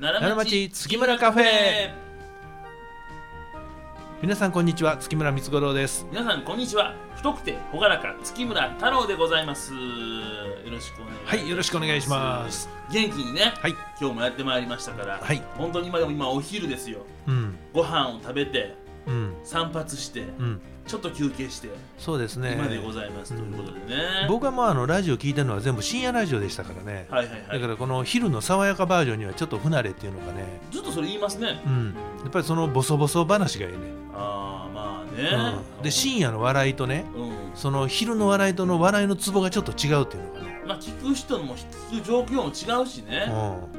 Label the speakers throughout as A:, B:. A: 奈良町月村カフェ
B: 皆さんこんにちは月村光五郎です
A: 皆さんこんにちは太くて朗らか月村太郎でございますよろしくお願い
B: はいよろしくお願いします
A: 元気にね
B: はい
A: 今日もやってまいりましたから、
B: はい
A: 本当に今でも今お昼ですよ
B: うん
A: ご飯を食べて
B: うん
A: 散髪して、
B: うん
A: ちょっと休憩して、
B: そうですね
A: 今でございますということでね、
B: 僕はもうあのラジオ聞いたのは全部深夜ラジオでしたからね、
A: はいはいはい
B: だからこの昼の爽やかバージョンにはちょっと不慣れっていうのがね
A: ずっとそれ言いますね
B: うんやっぱりそのボソボソ話がいいね、
A: ああまあ
B: う
A: ね、
B: ん、で深夜の笑いとね
A: うん
B: その昼の笑いとの笑いのツボがちょっと違うっていうのがね
A: まあ聞く人も聞く状況も違うしね、うん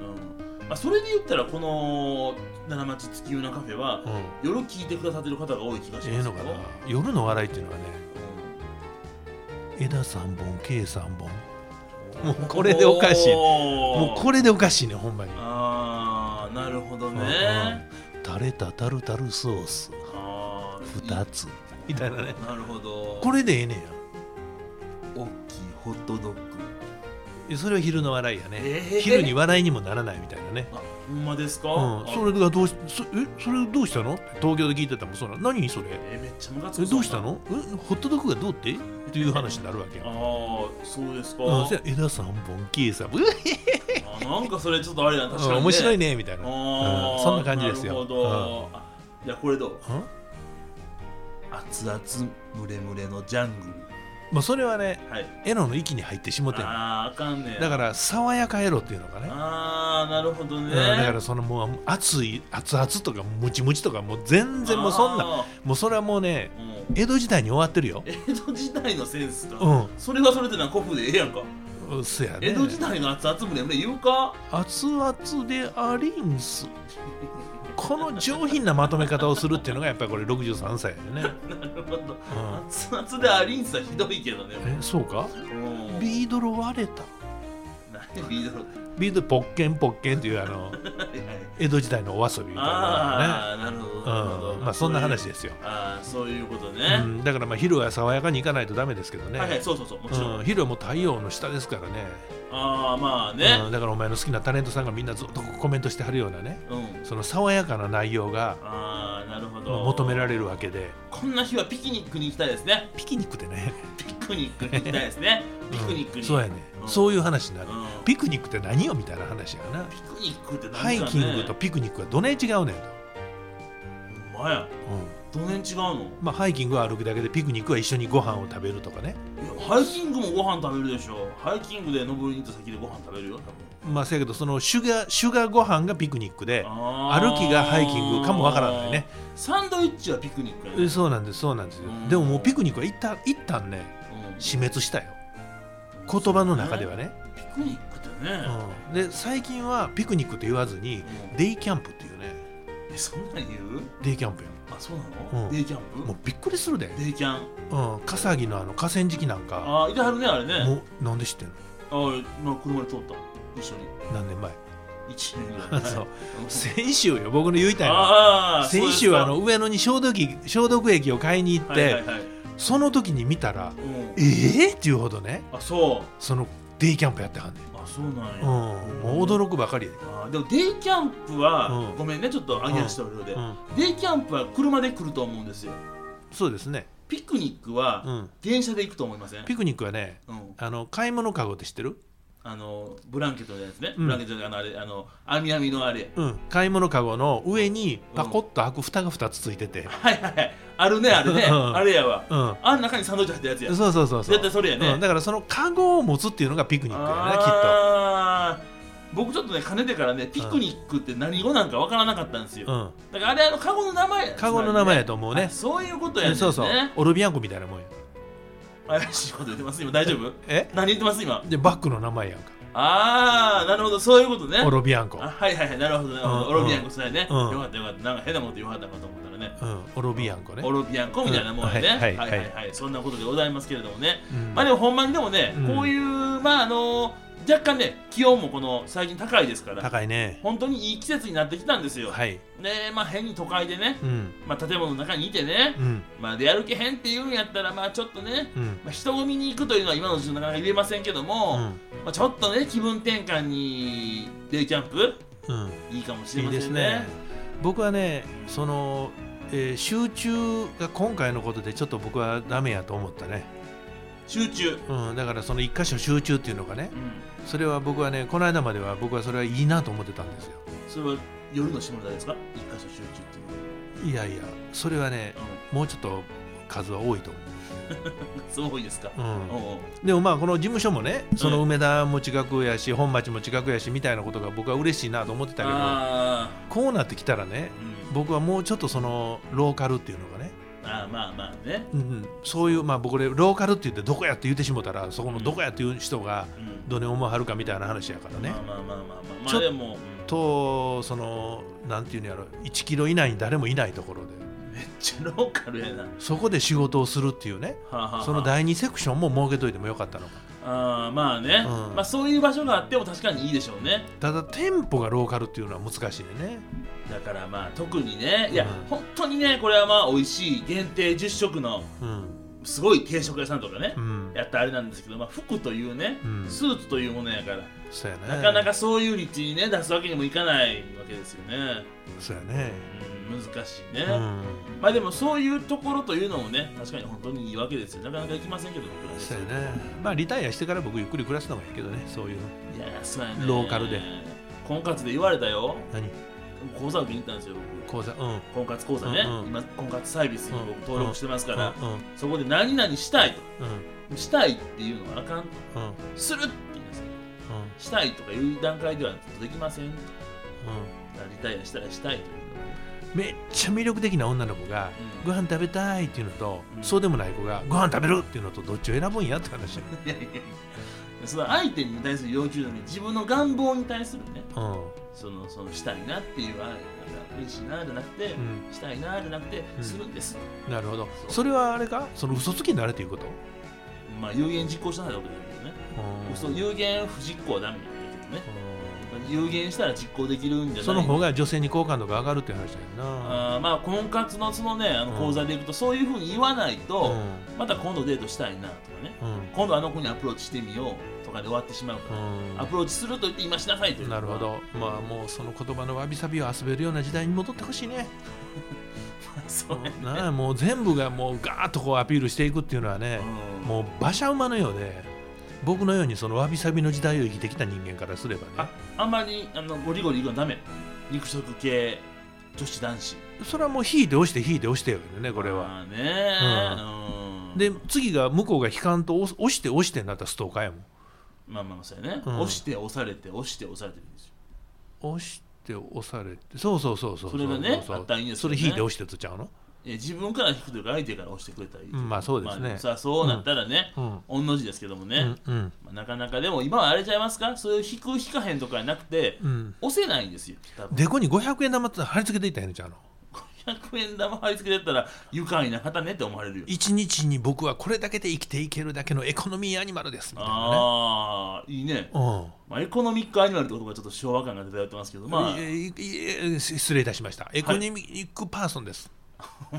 A: まあ、それで言ったらこの奈良町月夜のカフェは
B: うん、うん、
A: 夜聞いてくださってる方が多い気がします
B: ええ
A: よ
B: のかな夜の笑いっていうのはね枝3本計3本
A: うん
B: もうこれでおかしいも
A: も
B: うこれでおかしいねほんまに
A: ああなるほどね
B: タレタタルタルソース
A: あー
B: 2つみたいなね
A: なるほど
B: これでええねんや
A: 大きいホットドッグ
B: えそれは昼の笑いやね、
A: えー
B: 昼に笑いにもならないみたいなね、
A: あほんまですか、
B: うん、
A: あ
B: それがどうしそえそれどうしたのって東京で聞いてたもんそうなの何それ
A: えーめっちゃムカつく
B: えどうしたのえホットドッグがどうってっていう話になるわけ
A: あ
B: よ、
A: あそうですか、
B: うん、そや枝3本計3本うえ
A: あなんかそれちょっとあれだな確かに、ね、
B: 面白い
A: ね
B: ねみたいな、
A: あー、
B: うんそんな感じですよ
A: なるほど、あじゃあこれどう
B: うん
A: 熱々ムレムレのジャング
B: まあ、それはね
A: ルはい
B: エロの域に入ってしもてん
A: あーあかんねん
B: だから爽やかエロっていうのがね
A: ああなるほどね、
B: うん、だからそのもう熱い熱々とかもちもちとかもう全然もうそんな
A: あ
B: もうそれはもうね
A: ーうん
B: 江戸時代に終わってるよ
A: 江戸時代のセンスか、
B: う
A: それはそれでな古風でええやんか、
B: んそやね
A: 江戸時代の熱々ムレムレ言うか
B: 熱々でありんすこの上品なまとめ方をするっていうのがやっぱりこれ63歳だよね、
A: なるほど
B: うん、
A: 熱々でアリンさひどいけどね
B: えそうか
A: うん
B: ビードロ割れた
A: 何ビードロ
B: ビードロポッケンポッケンっていうあの
A: はいはい
B: 江戸時代のお遊びみたいな
A: ああなるほどなるほ
B: のがね
A: ど、
B: うん、まあそんな話ですすよ、
A: ああそういうこと
B: う
A: ね、
B: ん、だからまあ昼は爽やかに行かないとダメですけどね、
A: はいはいそうそうそうもちろん、
B: うん、昼はもう太陽の下ですからね
A: ああまあね
B: うん、だからお前の好きなタレントさんがみんなずっとコメントしてはるようなね
A: うん、
B: その爽やかな内容が
A: ああなるほど
B: 求めら
A: る
B: れるわけで
A: こんな日はピクニックに行きたいですね
B: ピキニックでね
A: ピクニックに行きたいですねピクニックに、
B: うんそうやね、
A: うん
B: そういう話になる、
A: うんピ
B: ピクニックって何よみたいな話やな
A: クニックって何か、ね、
B: ハイキングとピクニックはどねん違うねんと、
A: ほんまや
B: う
A: ど
B: ん
A: ねん違うの
B: まあ、ハイキングは歩くだけでピクニックは一緒にご飯を食べるとかね、
A: いやハイキングもご飯食べるでしょハイキングで登りに行った先でご飯食べるよ多分
B: まあ、せやけどそのシュガーシュガーご飯がピクニックで
A: あー
B: 歩きがハイキングかもわからないね
A: サンドイッチはピクニックやね、
B: えそうなんですそうなんですよ
A: うん
B: でももうピクニックは一旦一旦ね
A: うん
B: 死滅したよ言葉の中ではね、
A: ピクニックってね、
B: うん、で最近はピクニックと言わずに
A: うん
B: デイキャンプっていうね
A: えそんなん言う
B: デイキャンプや
A: あそうなの、
B: うん
A: デイキャンプ
B: もうびっくりするで、う
A: デイキャン
B: ん、笠木のあの河川敷なんか
A: ああいてはるねあれね
B: もうなんで知ってんの
A: ああまあ車で通った一緒に
B: 何年前
A: 一年ぐらい
B: そう
A: うん
B: 先週よ僕の言いたいのは
A: ああ
B: 先週あ
A: そう
B: の上野に消毒液消毒液を買いに行って、
A: ですかはいはいはい、
B: その時に見た
A: う
B: ら
A: ん
B: ええっていうほどね
A: あそう
B: そのデイキャンプやってはんねん、
A: あそうなん
B: うん、
A: や、
B: もう驚くばかりやで、
A: あでもデイキャンプは、
B: うん
A: ごめんねちょっと上げ足した俺で、
B: うん、
A: デイキャンプは車で来ると思うんですよ
B: そうですね、
A: ピクニックは、
B: うん、
A: 電車で行くと思いません
B: ピクニックはね
A: うん、
B: あの買い物かごって知ってる
A: あのブランケットのやつね、
B: うん
A: ブランケットじゃないあのあれあの網網のあれ
B: うん、買い物かごの上にパコッと開く蓋が2つついてて、
A: はいはいはいあるねあれね
B: うん
A: あれやわ
B: うん
A: あん中にサンドイッチ入ったやつや
B: そうそうそうそう
A: 絶対それやね、
B: うん、だからそのかごを持つっていうのがピクニックやねきっと。
A: あー僕ちょっとねかねてからねピクニックって何語なんかわからなかったんですよ、
B: うん、
A: だからあれあのカゴの名前や
B: カゴの名前や
A: つ
B: と思
A: ま
B: う
A: りねあ
B: ね。
A: そういうことやねんね
B: そうそう、オルビアンコみたいなもんや。
A: 怪しいこと言ってます今大丈夫
B: え
A: 何言ってます今
B: で、バッグの名前やんか。
A: ああなるほどそういうことね
B: オロビアンコ。
A: あはいはいはいなるほどなるほど、
B: うん
A: オロビアンコそれね、
B: うん
A: よかったよかったなんか変なこと言わはったかと思ったらね
B: うん、オロビアンコね
A: オ。ロビアンコみたいなもんやね、
B: うんはい
A: は
B: はいい
A: は
B: はいい
A: はい、そんなことでございますけれどもね、
B: うん
A: まあでもほんまにでもね、
B: うん
A: こういうまああの若干ね気温もこの最近高いですから
B: 高いね。
A: 本当にいい季節になってきたんですよ、
B: はい。
A: ねまあ変に都会でね、
B: うん、
A: まあ、建物の中にいてね、
B: うん、
A: まあ出歩けへんっていうんやったらまあちょっとね、
B: うん。
A: まあ、人混みに行くというのは今の時代なかなか言えませんけども、
B: うん
A: まあ、ちょっとね気分転換にデイキャンプ
B: うん、
A: いいかもしれ
B: いい
A: ませんね
B: ですね。僕はね、その、えー集中が今回のことでちょっと僕はダメやと思ったね。
A: 集中
B: うん、だからその一箇所集中っていうのがね
A: う、ん
B: それは僕はね、この間までは僕はそれはいいなと思ってたんですよ。
A: それは夜の下ネタですか一箇所集中っていうの
B: いやいや、それはね、
A: は、
B: もうちょっと数は多いと
A: う
B: 思
A: ん、すごいですか、
B: う。うん
A: おうおう
B: でもまあこの事務所もねその
A: うん
B: 梅田も近くやし、本町も近くやしみたいなことが僕は嬉しいなと思ってたけど
A: あ
B: こうなってきたらね
A: ー、うん、
B: 僕はもうちょっとそのローカルっていうのがね、
A: あーまあまあね、
B: うんうん、そういうまあ僕でローカルって言ってどこやって言ってしもたらそこのどこやっていう人が
A: うん
B: どね思わはるかみたいな話やからね
A: ま。あまあまあまあまあま
B: ちょ
A: あでも、
B: とそのなんていうんやろ1キロ以内に誰もいないところで
A: うんめっちゃローカルやなは
B: そこで仕事をするっていうね
A: あ、はあはあ、
B: その第2セクションも設けといてもよかったのか
A: あーまあね、
B: うん
A: まあそういう場所があっても確かにいいでしょうね
B: ただ店舗がローカルっていうのは難しいね
A: だからまあ特にねいや、
B: うん
A: 本当にねこれはまあ美味しい限定10食の
B: うん
A: すごい定食屋さんとかね、
B: うん
A: やったあれなんですけど、まあ、服というね、
B: うん
A: スーツというものやから、
B: そうやね
A: なかなかそういう立地にね出すわけにもいかないわけですよね、
B: そうやね
A: うん、難しいね、
B: うん
A: まあでもそういうところというのもね確かに本当にいいわけですよなかなか行きませんけど僕らね
B: そうやねまあリタイアしてから僕ゆっくり暮らすのがいいけどねそういうの
A: いやそうやね
B: ローカルで
A: 婚活で言われたよ
B: 何
A: 講座受けに行ったんですよ僕
B: 講座うん
A: 婚活講座ね、
B: うんうん
A: 今婚活サービスに僕登録してますから、
B: うんうん
A: そこで何々したい
B: うん
A: としたいっていうのはあかん
B: うんうん
A: するって言いますしたいとかいう段階ではちょっとできませんとリタイアしたらしたいという
B: めっちゃ魅力的な女の子が
A: うん
B: ご飯食べたいっていうのと、
A: うん
B: そうでもない子がご飯食べるっていうのとどっちを選ぶんやって話、う
A: いやいやいやその相手に対する要求なのに自分の願望に対するね
B: ん
A: そのそのしたいなっていうあなんか嬉しいなじゃなくて、
B: う
A: したいなじゃなくて
B: うん
A: するんです、
B: ん、なるほど
A: そう
B: それはあれかその嘘つきになれということ、
A: まあ有言実行しないわけだけどね、
B: うん
A: そう有言不実行はダメなんだけどね
B: う
A: 有言したら実行できるんじゃない
B: んその方が女性に好感度が上がるって話だよな
A: あーまあ婚活のそのねあの
B: うん
A: 講座でいくとそういうふうに言わないと、
B: う
A: また今度デートしたいなとかね
B: ん
A: 今度あの子にアプローチしてみようとかで終わってしまうから、ア
B: う
A: プローチすると言って今しなさいというん
B: なるほどまあもうその言葉のわびさびを遊べるような時代に戻ってほしいね
A: そうね
B: なあもう全部がもうガーッとこうアピールしていくっていうのはね、
A: うん
B: もう馬車馬のようで僕のようにそのわびさびの時代を生きてきた人間からすればね
A: ああんまりあのゴリゴリいくのダメ肉食系女子男子
B: それはもう引いて押して引いて押してよねこれは
A: まあねうん
B: で次が向こうが悲観と押す押して押してになったらストーカーやもん
A: まあまあまあそうやね、
B: うん
A: 押して押されて押して押されてるんですよ
B: 押して押されてそうそうそうそう
A: それがね
B: そう
A: あったらいいんです
B: そ
A: よね
B: れ引いて押してとちゃうの
A: え自分から引くというか相手から押してくれたらいい、
B: うんまあそうですね
A: まあ、さあそうなったらね、
B: うん
A: 御の字ですけどもね、
B: うん
A: まあ、なかなかでも今はあれちゃいますかそういう引く引かへんとかなくて、
B: うん
A: 押せないんですよ多分
B: でこに500円玉って貼り付けていったんやねちゃうの
A: 100円玉貼り付けてったら愉快な方ねって思われるよ
B: 一日に僕はこれだけで生きていけるだけのエコノミーアニマルですみたいなね
A: ああいいね、
B: うん
A: まあ、エコノミックアニマルって言葉はちょっと昭和感が出てってますけどまあ
B: いいいい失礼いたしましたエコノミックパーソンです、
A: まあ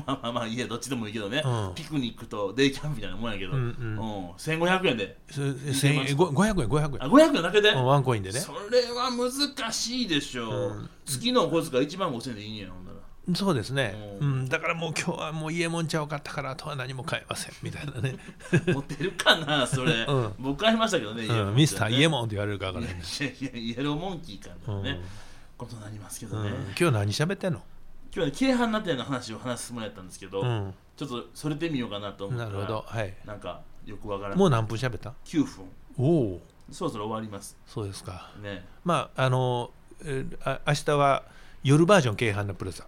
A: まあまあいいやどっちでもいいけどね、
B: うん
A: ピクニックとデイキャンプみたいなもんやけど、
B: う
A: うんん
B: うん
A: 1500円で
B: そ千円
A: いけ
B: ご500円500
A: あ500円だけで、
B: 円うんワンコインでね
A: それは難しいでしょう、
B: うん
A: 月のお小遣い1万5000円でいいんやほんなら
B: そうですね、う
A: うん
B: だからもう今日はもう家もん茶を買ったからあとは何も買えませんみたいなね、
A: 持ってるかなそれ、
B: うん
A: 僕ありましたけどね、
B: う
A: 家
B: ん、ミスターイエ
A: も
B: モンって言われるかわから
A: い
B: ない
A: や、いやいやイエローモンキーか
B: う
A: ら
B: ん
A: ね、ことになりますけ
B: う
A: ど
B: ん
A: ね、
B: 今日何喋ってんの、
A: 今日はね京阪な店の話を話すつもりだったんですけど、
B: うん、
A: ちょっとそれてみようかなと思った
B: な
A: ら
B: るほどはい
A: なんかよくわからない
B: もう何分喋った
A: 9分
B: おお
A: そろそろ終わります
B: そうですか
A: ね
B: まああの、えーあ明日は夜バージョン京阪のプルサ、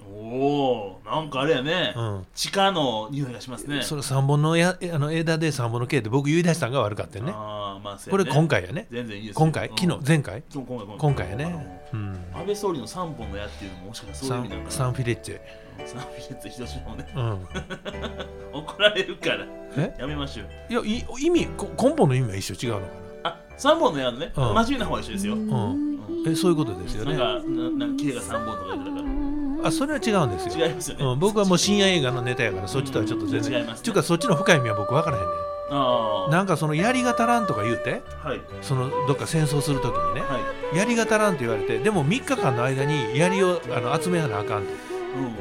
A: おおなんかあれやね、
B: うん
A: 地下の匂いがしますね
B: それ3本のやあの枝で3本の毛で僕言い出したんが悪かったよね
A: ああまあそう
B: こ
A: や
B: れ
A: ね
B: 今回やね
A: 全然いいですよ
B: 今回
A: うん
B: 昨日前回
A: 今日今回
B: 今回やね、うん、
A: 安倍総理の三本の矢っていうのももしかしたらそう
B: サ
A: いう意味な
B: ン
A: のかな
B: サンフィレッチェ、
A: サンフィレッツ広島をね
B: うん、
A: 怒られるから
B: え
A: やめましょう
B: いやい意味こ根本の意味は一緒違うのか
A: あ三本の矢のね、
B: うん
A: 真面目な方は一緒ですよ、
B: な、うん、えそういうことですよ
A: なん
B: ね
A: かななんか K が三本とか言ってたか
B: あそれは違うんですよ
A: ら違いますよね、
B: うん、僕はもう深夜映画のネタやからそっちとはちょっと全然
A: 違いますね
B: っていうかそっちの深い意味は僕分からへんね
A: あ
B: なんかそのやりが足らんとか言うて
A: あはい
B: そのどっか戦争する時にね
A: はい、
B: やりが足らんって言われてでも3日間の間に槍をあの集めなあかんと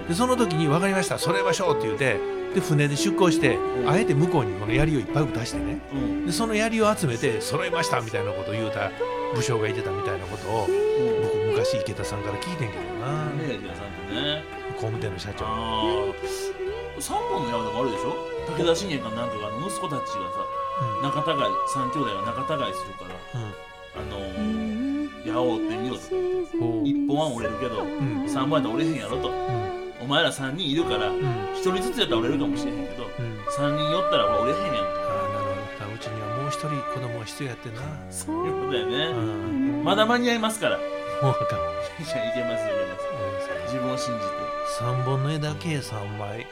A: う
B: でその時に「分かりましたそれましょう」って言うてで船で出航して
A: うん
B: あえて向こうにこの槍をいっぱい出してね
A: んうん
B: でその槍を集めて揃えましたみたいなことを言うた武将がいてたみたいなことを
A: うん
B: 僕昔池田さんから聞いてんけどな
A: ねえ池田さんってね
B: 工務店の社長
A: ああ三本の山でもあるでしょ武田信玄かなんかがあの息子たちがさ
B: うん
A: 仲たがい三兄弟が仲たがいするから
B: うん
A: あのー、矢を追ってみろと
B: ほう
A: 一本は折れるけど
B: うん
A: 三本やったら折れへんやろと
B: うん
A: お前ら三人いるから
B: うん
A: 一人ずつやったら折れるかもしれへんけど
B: うん
A: 三人寄ったらこれ折れへんやん
B: ああなるほどうちにはもう一人子供が必要やってんな
A: ということだ
B: う
A: よね
B: んも
A: まだ間に合いますからいう
B: あかん
A: やいけますいけます自分を信じて
B: 3本の枝計3枚